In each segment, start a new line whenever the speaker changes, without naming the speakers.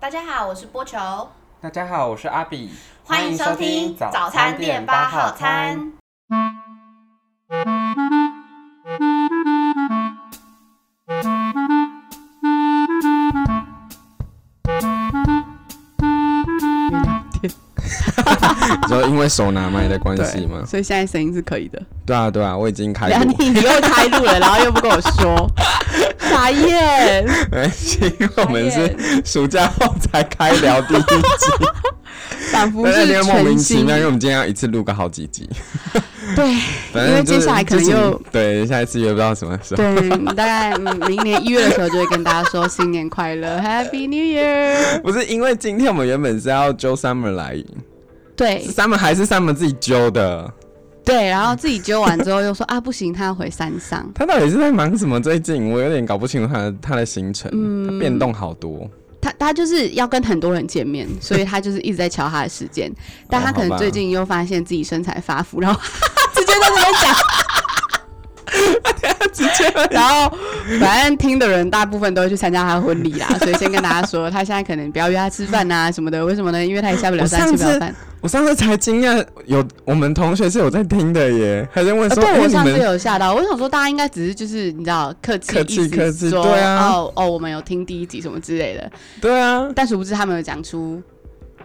大家好，我是波球，
大家好，我是阿比，
欢迎收听早餐店八号。餐。
你说因为手拿麦的关系吗？
所以现在声音是可以的。
对啊，对啊，我已经开
然后
录
你你又开路了，然后又不跟我 说，傻眼。
没事，因为哎我们是暑假后才开聊第一集，
仿佛
但是
是
有点莫名
全
其
新
妙，因为我们今天要一次录个好几集，
对
反
因为
正就是
接下来可能
之前
又
对下一次也不知道什么时候。
对，大概嗯明年一月的时候就会跟大家说新年快乐，Happy New Year。
不是因为今天我们原本是要揪 Summer 来
对
，Summer 还是 Summer 自己揪的。
对，然后自己揪完之后又说啊不行，他要回山上。
他到底是在忙什么？最近我有点搞不清楚他的他的行程，他变动好多。
他他就是要跟很多人 见面，所以他就是一直在瞧他的时间，但他可
哦好
能
吧
最近又发现自己身材发福， 然后直接在那边讲。直接，然后反正听的人大部分都会去参加他的婚礼 啦，所以先跟大家说，他现在可能不要约他吃饭啊什么的，为什么呢？因为他也下不了
我
山，
上
吃不了
次
饭。
我上次才惊讶，有我们同学是有在听的耶，还在问
呃
说，
对
哎
我
你
上次
们
有吓到，我想说大家应该只是就是你知道客气
客
意
气
思
客气
说
对啊
哦哦，我们有听第一集什么之类的，
对啊，
但殊不知他们有讲出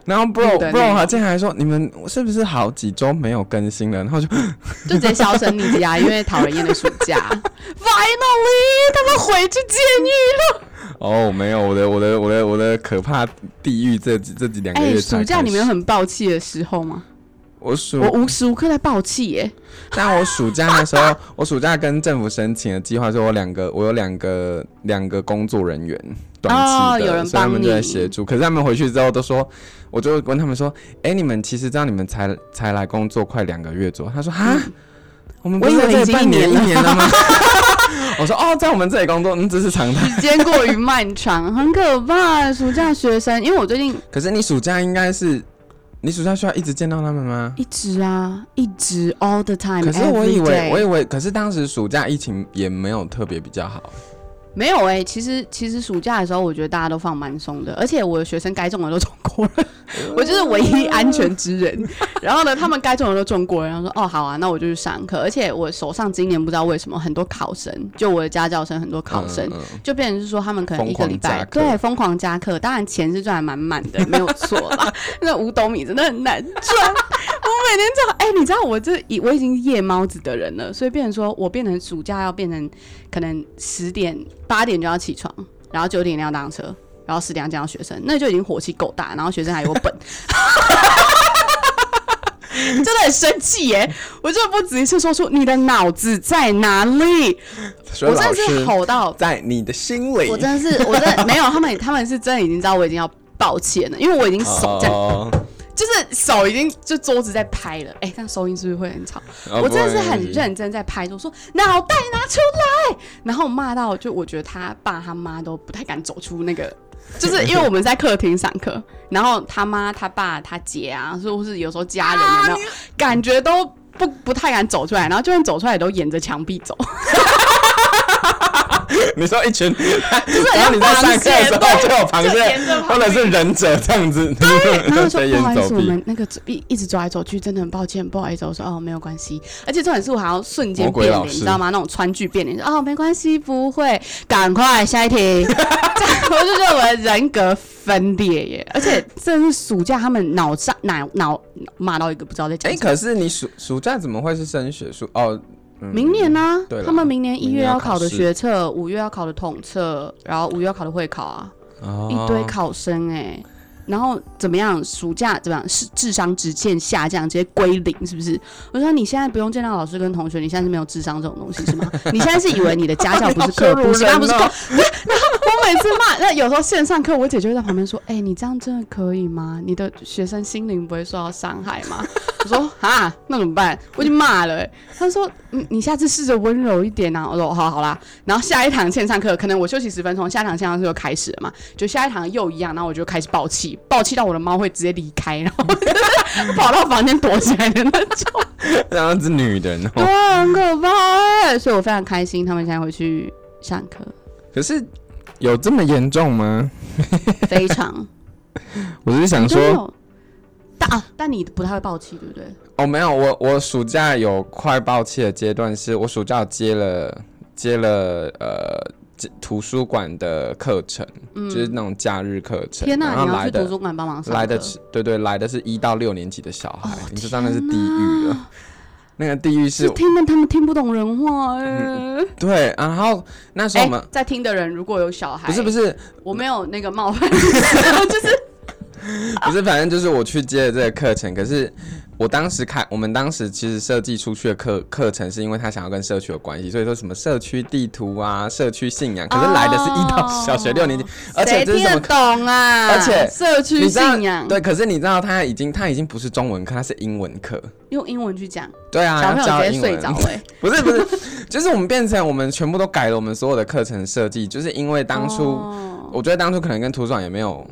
然后 bro
录的内
bro
容
还竟然还说你们是不是好几周没有更新了？然后就
就直接销声匿迹啊！因为讨人厌的暑假 ，finally 他们回去监狱了。
哦没有我的我的我的我的可怕地狱这几这几两个
哎、
月才开始、
暑假你们有很暴气的时候吗？
我暑
我无时无刻在暴气耶、
但我暑假那时候 我暑假跟政府申请的计划是我两个我有两个两个工作人员短
哦
期的，
有人
所以他们
帮
就在
你
协助。可是他们回去之后都说，我就问他们说，哎、你们其实这样你们才才来工作快两个月左右，他说哈。我们不是
嗯我以为
在这里
已经
半
一
年
年
一
了
年 了吗？ 我说哦，在我们这里工作，嗯，这是常态。
时间过于漫长，很可怕。暑假学生，因为我最近
可是你暑假应该是，你暑假需要一直见到他们吗？
一直啊，一直 all the time。
可是我以为，我以为，可是当时暑假疫情也没有特别比较好。
没有哎、其实其实暑假的时候，我觉得大家都放蛮松的，而且我的学生该中的都中过了，我就是唯一安全之人。然后呢，他们该中的都中过了，然后说哦好啊，那我就去上课。而且我手上今年不知道为什么很多考生，就我的家教生很多考生，
嗯嗯
就变成是说他们可能一个礼
疯
拜
狂加课
对疯狂加课，当然钱是赚的满满的，没有错 啦。那五斗米真的很难赚。我每天这样，哎、你知道我这已我已经夜猫子的人了，所以变成说我变成暑假要变成可能十点八点就要起床，然后九点一定要搭车，然后十点要见到学生，那就已经火气够大，然后学生还有本， 真的很生气耶！我就不只是说出你的脑子在哪里，
所以
我真
老
的是
师
吼到
在你的心里
我真的是，我真的没有，他们他们是真的已经知道我已经要抱歉了，因为我已经手这样，
哦
就是手已经就桌子在拍了。哎、这样收音是不是会很吵？
哦
我真的是
不
很
会
认真在拍桌，说脑袋拿出来，然后骂到就我觉得他爸他妈都不太敢走出那个。就是因为我们在客厅上课，然后他妈、他爸、他姐啊，是不是有时候家人有没有、感觉都不不太敢走出来，然后就算走出来也都沿着墙壁走，
你说一群，
就是很
然后你在
像
上课的时
螃蟹
候就有螃
就
蟹
沿着，
或者是忍者这样子，
然后就说
飞
不好
檐
意
走
思，我
壁。
们那个一一直走来走去，真的很抱歉，不好意思。我说哦，没有关系。而且重点是我还要瞬间
魔鬼
变
老
脸，
师
你知道吗？那种川剧变脸，说哦没关系，不会，赶快下 一题。这样我就觉得我的人格分裂耶，而且真的是暑假他们脑上脑脑骂到一个不知道在讲
哎，
什么。
可是你暑暑假怎么会是升学暑？哦，嗯
明年呢、
对啦
他们明年一
明
月
年要
要
考
考的
试
学测，五月要考的统测，然后五月要考的会考啊。
哦
一堆 考生哎、然后怎么样？暑假怎么样？是智商直线下降，直接归零，是不是？我说你现在不用见到老师跟同学，你现在是没有智商这种东西是吗？你现在是以为你的家教 不是
你好
课，
羞辱
补习班不是
人
课？
哦
然后我每次骂，那有时候线上课，我姐就会在旁边说：“哎、你这样真的可以吗？你的学生心灵不会受到伤害吗？”我说：“啊，那怎么办？”我就骂了、欸。她说：“嗯，你下次试着温柔一点啊。”我说：“好，好啦。”然后下一堂线上课，可能我休息十分钟，下一堂线上课就开始了嘛。就下一堂又一样，然后我就开始爆气，爆气到我的猫会直接离开，然后 跑到房间躲起来的那种，
然后是女人
对
哦。，
很可怕欸。所以我非常开心，他们现在 回去上课，
可是有这么严重吗？
非常
我只是想
你都没
说，
有，但啊，但你不太会爆气，对不对？
哦，没有，我我暑假有快爆气的阶段，是我暑假有接了接了呃接图书馆的课程，就是那种假日课程。
嗯天
然
哪，
后
你要
来
去图
的
书馆帮忙上
来的
课
是，对对，来的是一到六年级的小孩，
哦
你就当然是地狱了。那个地狱是
是听们他们听不懂人话
嗯
哎、
对，然后那时候
哎、
我们、
在听的人如果有小孩，
不是不，是
我没有那个冒犯，就是
不是，反正就是我去接了这个课程。可是我当时开，我们当时其实设计出去的课课程，是因为他想要跟社区有关系，所以说什么社区地图啊、社区信仰。可是来的是一到
哦
小学六年级，而且
谁
这是
听
什
得
么课？
懂啊？
而且
社区
你知道
信仰，
对，可是你知道他已经他已经不是中文课，他是英文课。
用英文去讲，
对啊，
小
要
朋
教
友直接
英文
睡着。哎、
不是不是，就是我们变成我们全部都改了我们所有的课程设计，就是因为当初、
哦
我觉得当初可能跟图书馆也没有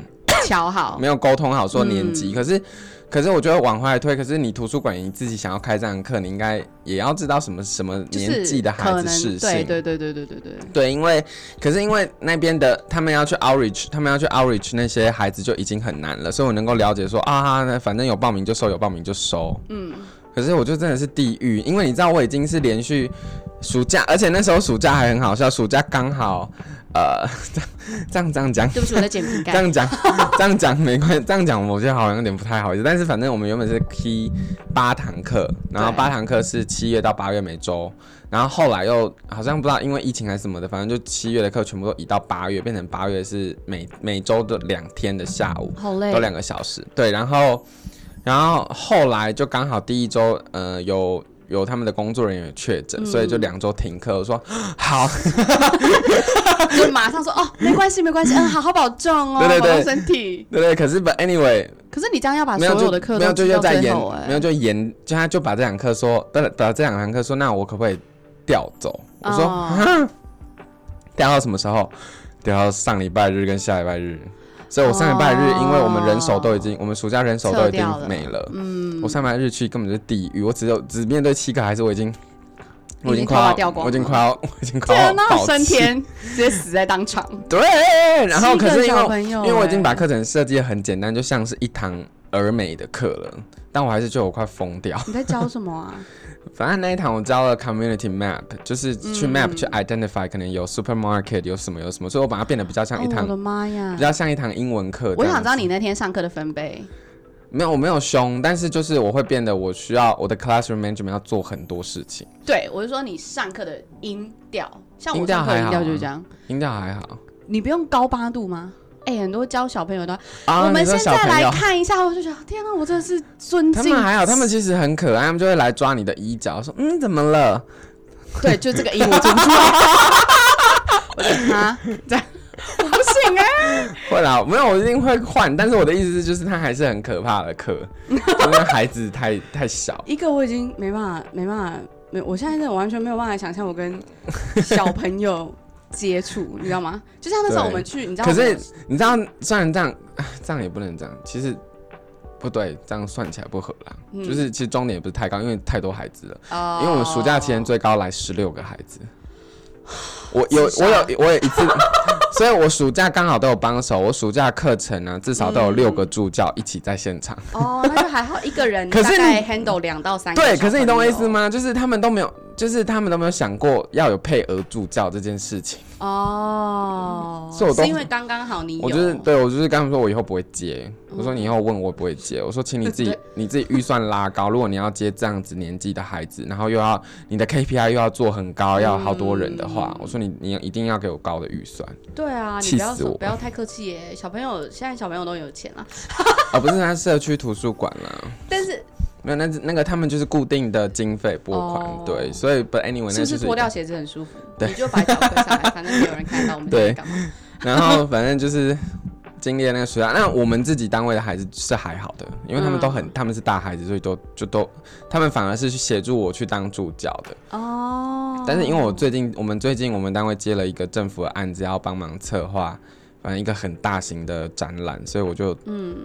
瞧好嗯
没有沟通好说年级，可是可是我觉得往回来推，可是你图书馆你自己想要开这样的课，你应该也要知道什么什么
就是
年纪的孩
可
子
能
事情。
对对对对对对对，
对，因为可是因为那边的他们要去 outreach，他们要去 outreach 那些孩子就已经很难了，所以我能够了解说啊，那反正有报名就收，有报名就收。嗯，可是我就真的是地狱，因为你知道我已经是连续暑假，而且那时候暑假还很好笑，暑假刚好呃 这样这样这样讲。
对不起，我在捡瓶
这
盖。
样讲，这样讲没关系，这样讲我觉得好像有点不太好意思。但是反正我们原本是 K 八堂课，然后
对
八堂课是七月到八月每周，然后后来又好像不知道因为疫情还是什么的，反正就七月的课全部都移到八月，变成八月是每每周的两天的下午。
好累
都，两个小时。对，然后，然后后来就刚好第一周，呃，有有他们的工作人员有确诊，所以就两周停课。我说 好，
就马上说哦，没关系，没关系，嗯，好好保重哦，
对对对
保重身体。
对对，可是 but anyway，
可是你这样要把
没有
所有
就
的课
没有
都
就
记
又
到
在
最
延
后，，哎，
没有就延，就他就把这两课说，把把这两堂课说，那我可不可以调走？我说
哦
啊，调到什么时候？调到上礼拜日跟下礼拜日。所以我上礼拜日，因为我们人手都已经，我们暑假人手都
哦撤
已经
掉了
没了，
嗯
我，上班日去根本就是地狱，我只有只面对七个孩子，我已经
你
我
已经
已经快
头发
要
掉光了
我已经快要我已经快
天
要
哪，
爆
升
气。
天，直接死在当场。
对， 然后
七
可
个
是因为
小
我
朋友
因为我已经把
哎
课程设计的很简单，就像是一堂儿美的课了，但我还是觉得我快疯掉。
你在教什 么啊？
反正那一堂我教了 community map，就是去
嗯
map 去 identify 可能有 supermarket 有什么有什么，所以我把它变得比较像一
哦我
堂
的妈呀
比！较像一堂英文课。
我想知道你那天上课的分贝，
没有我没有凶，但是就是我会变得我需要我的 classroom management 要做很多事情，
对我是说你上课的音调，像我
音调
上课的
还
音
好
调
啊
就是这样，
应该还好。
你不用高八度吗？哎、很多教小朋友的，
啊
我们
你说
现
小
在
朋
来
友，
看一下，我就觉得天啊哪、我真的是尊
他
敬。
们还好，他们其实很可爱，他们就会来抓你的衣角，说嗯怎么了？
对，就这个音我做不 出来。我就啊，这样我不行哎、
会啦，没有我一定会换，但是我的意思是就是他还是很可怕的课， 因为孩子太太小。
一个我已经没办法，没办法，没，我现在真的完全没有办法想象我跟小 朋友接触，你知道吗？就像那时候
对
我们去，你知道
可
我们有，
是你知道，虽然这样，啊这样也不能这样，其实不对，这样算起来不合啦。
嗯
就是其实终点也不是太高，因为太多孩子了。
哦
因为我们暑假期间最高来十六个孩 子，我有我
啊
有我有一次，所以我暑假刚好都有帮手，我暑假课程呢、至少都有六个助教一起在现场。
哦，那就还好，一个人
可是
大
你
概 handle 两到三个
对，
小
可是你懂我意思
朋友？
吗？就是他们都没有，就是他们都没有想过要有配额助教这件事情。
哦，
是我都
因为刚刚好你有，
我就是对我就是跟他们说，我以后不会接。
嗯
我说你以后问我也不会接。我说请你自己
对
你自己预算拉高，如果你要接这样子年纪的孩子，然后又要你的 KPI 又要做很高，要好多人的话，
嗯
我说你你一定要给我高的预算
对啊，你
气
不要
死
说
我
不要太客气耶，小朋友现在小朋友都有钱了，
哦而不是他社区图书馆啦。
但是
没有，那那个他们就是固定的经费拨款，
哦
对，所以 but anyway
是
那就
不
是是
脱掉鞋子很舒服？你就把脚跪下来，反正没有人看到我们
对
在干嘛。
然后反正就是经历了那个暑假，那我们自己单位的孩子是还好的，因为他
嗯
们都很，他们是大孩子，所以都就都，他们反而是去协助我去当助教的。
哦，
但是因为我最近，我们最近我们单位接了一个政府的案子，要帮忙策划，反正一个很大型的展览，所以我就
嗯，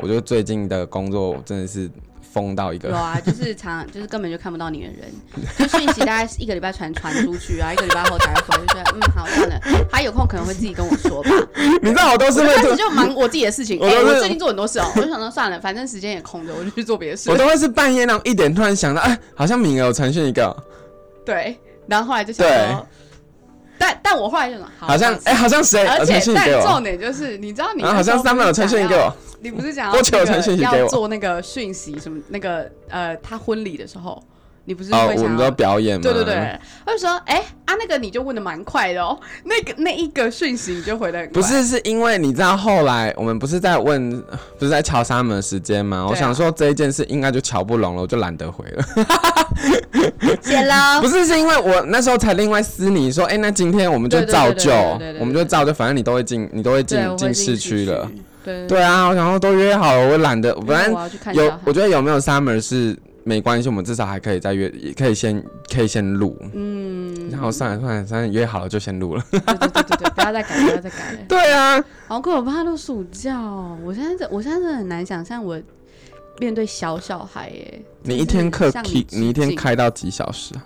我觉得最近的工作真的是疯到一
有
个，
啊，就是常就是根本就看不到你的人，就讯息大概是一个礼拜传传出去啊，一个礼拜后才会回，就觉得嗯好算了，他有空可能会自己跟我说吧。
你知道我都是
我
会
开始
做，
就忙我自己的事情，
我
哎、
都是
我最近做很多事哦、我就想说算了，反正时间也空着，我就去做别的事
我。都会是半夜那种一点突然想到，哎，好像敏儿有传讯一个，
对，然后后来就想
对
说，但但我后来就想，
好像哎，好像谁
而
有传
且
讯给
但重
我，
点就是，你知道你
然后好
那时
像
候不是
Summer 有传讯
想
给
要
我，
你不是讲
郭琪有传讯息给我
要做那个讯息什么那个呃他婚礼的时候，你不是
哦
会，
我
想
们
要、
都嗯表演嘛，
对对对，他就说哎、啊那个你就问的蛮快的哦， 那个那一个讯息你就回的很快，
不是，是因为你知道后来我们不是在问，不是在敲他们的时间吗？我
对啊
想说这一件事应该就瞧不拢了，我就懒得回了。
写 了
不是，是因为我那时候才另外私你说，哎、那今天我们就
对对
照
对对
旧
对对对对，
我们就照旧，反正你都会进，你都会进进市区了。，
对
对啊，我想说都约好了，我懒得，
我
反正
要去看一
有
下，
我觉得有没有 summer 是没关系，我们至少还可以再约，可以先可以先录，
嗯，
然后算了算了，算了，约好了就先录了。
对对对对对，不要再改，不要再改了。
对啊，
好可怕的暑假哦！我现在真，我现在真的很难想象我面对小小孩耶。
你一天课
向你
k
致
你一天
敬
开到几小时啊？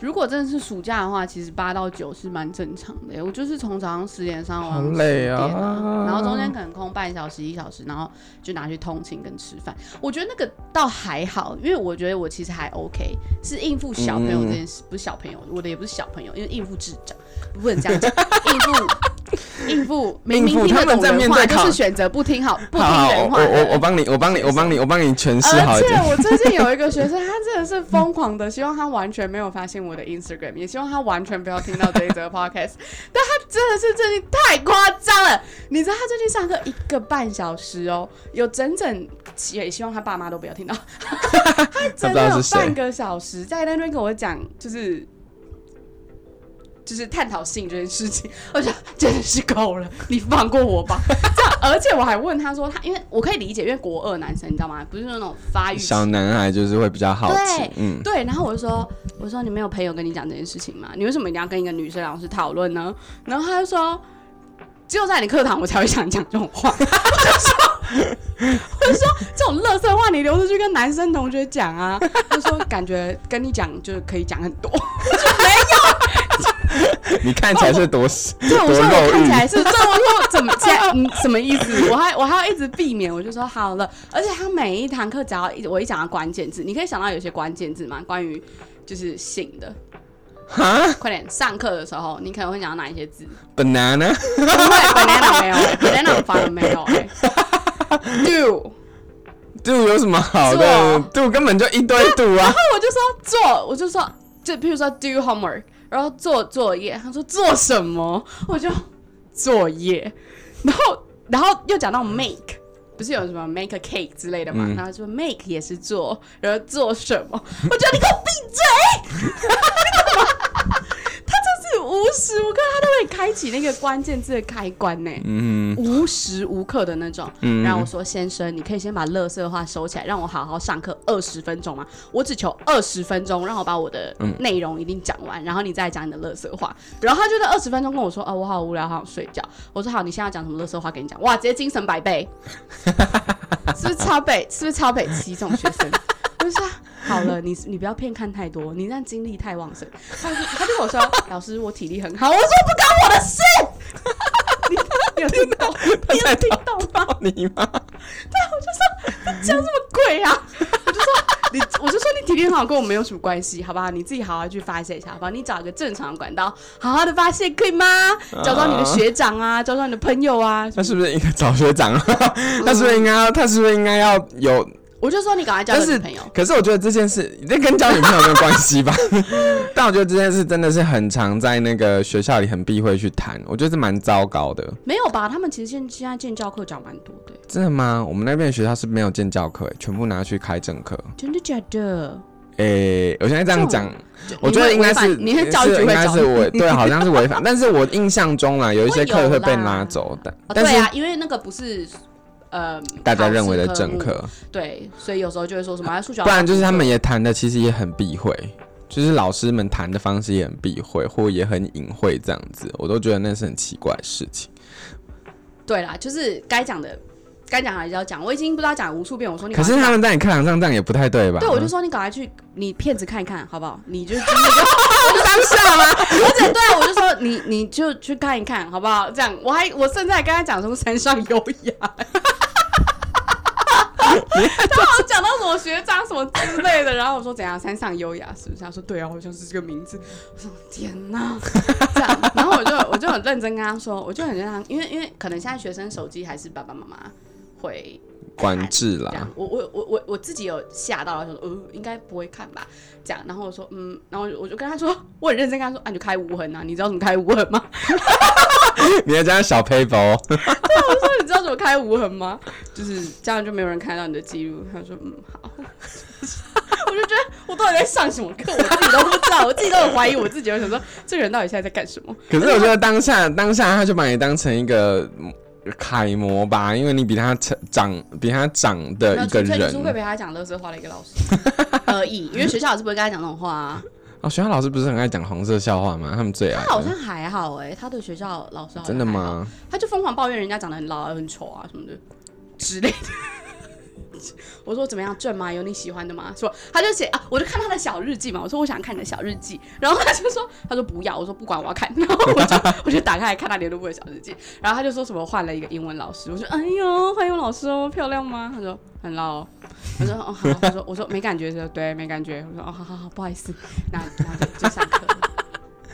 如果真的是暑假的话，其实八到九是蛮正常的耶。我就是从早上十点上
好
网10
累
点
啊
啊，然后中间可能空半小时一小时，然后就拿去通勤跟吃饭。我觉得那个倒还好，因为我觉得我其实还 OK，是应付小朋友这件事，不是小朋友，我的也不是小朋友，因为应付智障不能 这样讲，应付。应付明
应
明
付
听得
他们
懂
在
人
面
话，
对
就
考
是选择不听好不听
好好，
人
我
话的
我
人
我我帮你，我帮你，我帮你，我帮你诠释好
而
一
且
点。
我最近有一个 学生，他真的是疯狂的，希望他完全没有发现我的 Instagram，也希望他完全不要听到这一 则 podcast。但他真的是最近太夸张了，你知道他最近上课一个半小时哦，有整整也希望他爸妈都不要听 到，他真的有半个小时在那边跟我讲，就是。就是探讨性这件事情，我觉得真的是够了，你放过我吧。 这样，而且我还问他说，他因为我可以理解，因为国二男生你知道吗？不是那种发育期
小男孩就是会比较好奇
对，
嗯，
对，然后我就说，我说你没有朋友跟你讲这件事情吗？你为什么一定要跟一个女生老师讨论呢？然后他就说，只有在你课堂我才会想讲这种话。 我就说，我就说这种垃圾话你留着去跟男生同学讲啊。他说感觉跟你讲就是可以讲很多。
你看起来是 多死
对，我
多
说我
肉
看起来
欲，
是，对，我说怎么这样？嗯，什么意思？我还我还要一直避免，我就说好了。而且他每一堂课只要一我一讲到关键字，你可以想到有些关键字吗？关于就是性的。快点！上课的时候，你可能会讲到哪一些字？
banana
不会，banana 没有，banana 欸反而没有。哎 Do，
度有什么好的？
哦
度根本就一堆度 啊！
我就说做，我就说，就譬如说 do homework，然后做作业，他说做什么，我就作业，然后然后又讲到 make。不是有什么 make a cake 之类的嘛？
嗯
然后说 make 也是做，然后做什么？我觉得你给我闭嘴！ 你懂吗？他就是无时无刻他都会开启那个关键字的开关呢、
嗯
无时无刻的那种。
嗯
然后我说：“先生，你可以先把垃圾话收起来，让我好好上课二十分钟吗？我只求二十分钟，让我把我的
嗯
内容一定讲完，然后你再讲你的垃圾话。”然后他就在二十分钟跟我说：“啊，我好无聊，好想睡觉。”我说：“好，你现在要讲什么垃圾话？给你讲。”哇，直接精神百倍，是不是超北？是不是超北七这种学生？我就说啊好了，你你不要骗看太多，你这样精力太旺盛。他就他就跟我说，老师我体力很好，我说不关我的事。你你有听到？你有听啊到吗？
你妈，
讲什么鬼啊？我就说你，我就说你体力很好，跟我没有什么关系，好不好？你自己好好去发泄一下，好不好？你找一个正常的管道，好好的发泄，可以吗？找到你的学长啊，找到你的朋友啊。
他是不是应该找学长？啊
嗯
他是不是应该要？他是不是应该要有？
我就说你赶快交
但
个女
是
朋友。
可是我觉得这件事，这跟交女朋友没有关系 吧？但我觉得这件事真的是很常在那个学校里很避讳去谈，我觉得是蛮糟糕的。
没有吧？他们其实现现在建教课讲蛮多的，
真的吗？我们那边的学校是没有建教课，全部拿去开正课。
真的假的？
诶、我现在这样讲，
就
我觉得应该是，
你会违反你是教育
是
局
应
会
该
找
是
你
我对，好像是违反。但是我印象中啦，有一些课会被拉走的，
哦
但
对
是
啊，因为那个不是呃
大家认为的正，
考试科
课，
目对，所以有时候就会说什么啊数学好，
不然就是他们也谈的其实也很避讳，就是老师们谈的方式也很避讳，或也很隐晦这样子，我都觉得那是很奇怪的事情。
对啦，就是该讲的该讲还是要讲，我已经不知道讲无数遍，我说你
可
赶快
是
去
他
看
们在你课堂上这样也不太对吧？
对，我就说你赶快去，你片子看一看好不好？你就 我就当下吗？而且对啊，我就说你你就去看一看好不好？这样，我还我甚至还跟他讲什么山上优雅。 他好像讲到什么学长什么之类的，然后我说怎样山上优雅是不是？他说对啊，好像是这个名字。我说天哪，这样，然后我就我就很认真跟他说，我就很认真跟他，因为因为可能现在学生手机还是爸爸妈妈会
管制
这
啦
样，，我我我我我自己有吓到，然后想说呃应该不会看吧，这样，然后我说嗯，然后我就跟他说，我很认真跟他说啊，你就开无痕啊，你知道怎么开无痕吗？
你要加小 paper，哦
我说你知道怎么开无痕吗？就是这样就没有人看到你的记录。他说嗯好， 我就觉得我到底在上什么课，我自己都不知道，我自己都很怀疑我自己，我想说这个人到底现在在干什么？
可是我觉得当下当下他就把你当成一个嗯楷模吧，因为你比他成长比他长
没
的
有
呃一个
纯粹就是会
人。
陪他讲乐色话的一个 老师而已，因为学校老师不会跟他讲那种话啊。
哦，学校老师不是很爱讲红色笑话吗？他们最爱
他
的。
好像还好哎、他对学校老师好像
真的
还好？
吗？
他就疯狂抱怨人家长得很老啊、很丑啊什么的之类的。 我说怎么样正吗？有你喜欢的吗？说他就写啊，我就看他的小日记嘛。我说我想看你的小日记，然后他就说他说不要，我说不管我要看，然后我就 我就打开来看他联络部的小日记，然后他就说什么换了一个英文老师，我说哎呦换英文老师哦，漂亮吗？他说很老、哦，我说哦好，他说我说没感觉，他说对没感觉，我说哦好好好不好意思，那那就就上课了。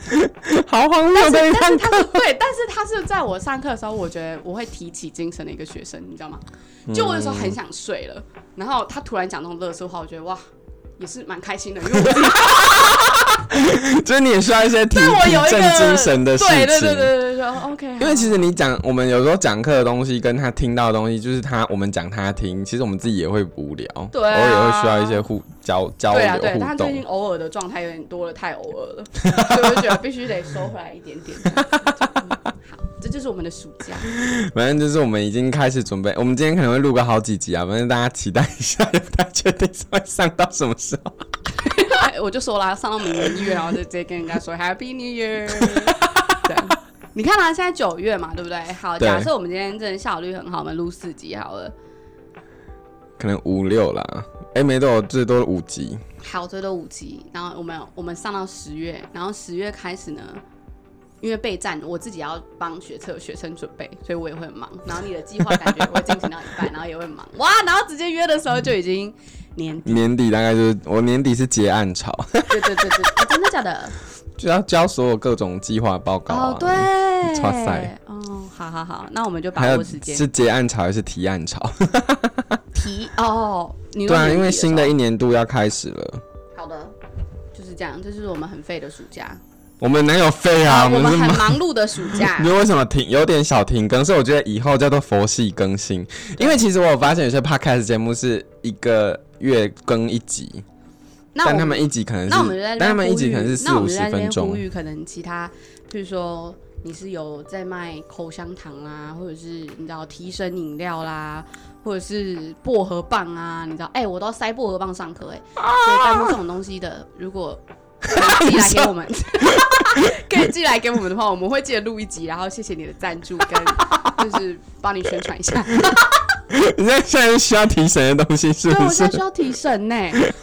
好荒
但
谬
是
的一
但是
堂
他是对，但是他是在我上课的时候，我觉得我会提起精神的一个学生，你知道吗？
嗯
就我有时候很想睡了，然后他突然讲那种乐色话，我觉得哇，也是蛮开心的，因为我自己
就是你也需要一些提
对我有
提
一个
振精神的事情。
对对对对对对对，OK 好。
因为其实你讲，我们有时候讲课的东西跟他听到的东西，就是他我们讲他听，其实我们自己也会无聊，
对啊
偶尔会需要一些互交交
对
流
啊，对，但他
互
最近
动。
偶尔的状态有点多了，太偶尔了，所以我就觉得必须得收回来一点 点。这样子嗯好，这就是我们的暑假。
反正就是我们已经开始准备，我们今天可能会录个好几集啊，反正大家期待一下， 也不太确定是会上到什么时候。
哎我就说啦，上到明年一月，然后就直接跟人家说 Happy New Year 对。你看啦、现在九月嘛，对不对？好，
对
假设我们今天真的效率很好，我们录四集好了，
可能五六啦，哎、没多久最多五集，
好，最多五集。然后我们我们上到十月，然后十月开始呢，因为备战，我自己要帮学测学生准备，所以我也会很忙。然后你的计划感觉也会进行到一半，然后也会很忙哇。然后直接约的时候就已经年，
年底大概就是我年底是结案潮，
对对对对，哦真的假的？
就要交所有各种计划报告啊。
哦，对，
哇塞
哦，好好好，那我们就把
还有
握时间。
是结案潮还是提案潮？
提哦，你
对
问
啊，
题
因为新的
时
一年度要开始了。
候好的，哦就是这样，这就是我们很废的暑假，
我们哪有废啊？
哎我
们
们
是
很
忙。
忙碌的暑假
你。为什么停？有点小停更，所以我觉得以后叫做佛系更新。因为其实我有发现有些 podcast 节目是一个月更一集，
那我
但他们一集可能是，
那我们就在这边
但他们一集
呼吁
可能是四
那我
五
们就
十
在这
分
边呼
钟。
吁可能其他，譬如说你是有在卖口香糖啦，或者是你知道提神饮料啦。或者是薄荷棒啊，你知道？哎、我都要塞薄荷棒上课哎、
啊
所以干部这种东西的，如果可以寄 来给我们，可以寄来给我们的话，我们会记得录一集，然后谢谢你的赞助 跟就是帮你宣传一下。
你在现在需要提神的东西是
对，
不
我
是
现在？需要提神呢、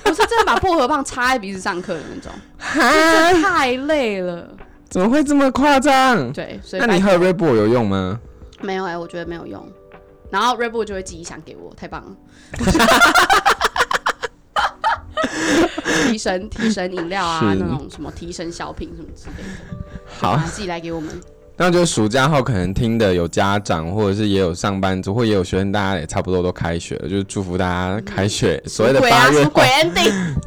我是真的把薄荷棒插在鼻子上课的那种，
啊
真的太累了。
怎么会这么夸张？
对，所以
那你喝
拜
Red Bull 有用吗？
没有哎、我觉得没有用。然后 Red Bull 就会寄一箱给我，太棒了！ 提神提神饮料
是
啊，那种什么提神小品什么之类的，
好
把它寄来给 我们。
那就暑假后可能听的有家长，或者是也有上班族，或也有学生，大家也差不多都开学了，就是祝福大家开学。所谓的
鬼
八
啊，
月
什么
后
鬼，ending！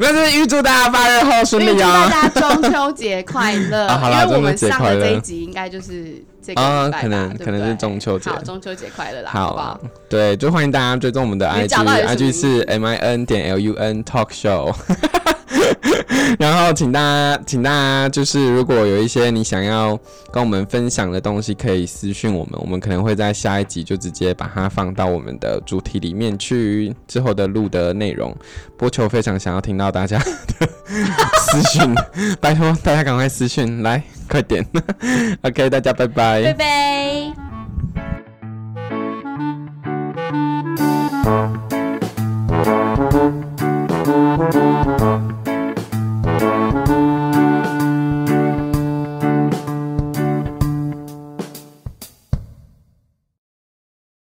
那就是预祝大家八月后顺
预祝
利啊！，
大家中秋节快乐
啊好啦
因为我们
中秋节
上
快
的
乐
这一集应该就是这个
啊
礼拜吧
可能
对不
可能是
对
中秋节
好，中秋节快乐啦，好
好啊
不好
啦？，对，就欢迎大家追踪我们的
你
IG，IG
找到有什么名字
是 M I N 点 L U N Talk Show。然后，请大家，请大家就是，如果有一些你想要跟我们分享的东西，可以私讯我们，我们可能会在下一集就直接把它放到我们的主题里面去。之后的录的内容，播球非常想要听到大家 的私讯，拜托大家赶快私讯来，快点。OK，大家拜拜
拜拜。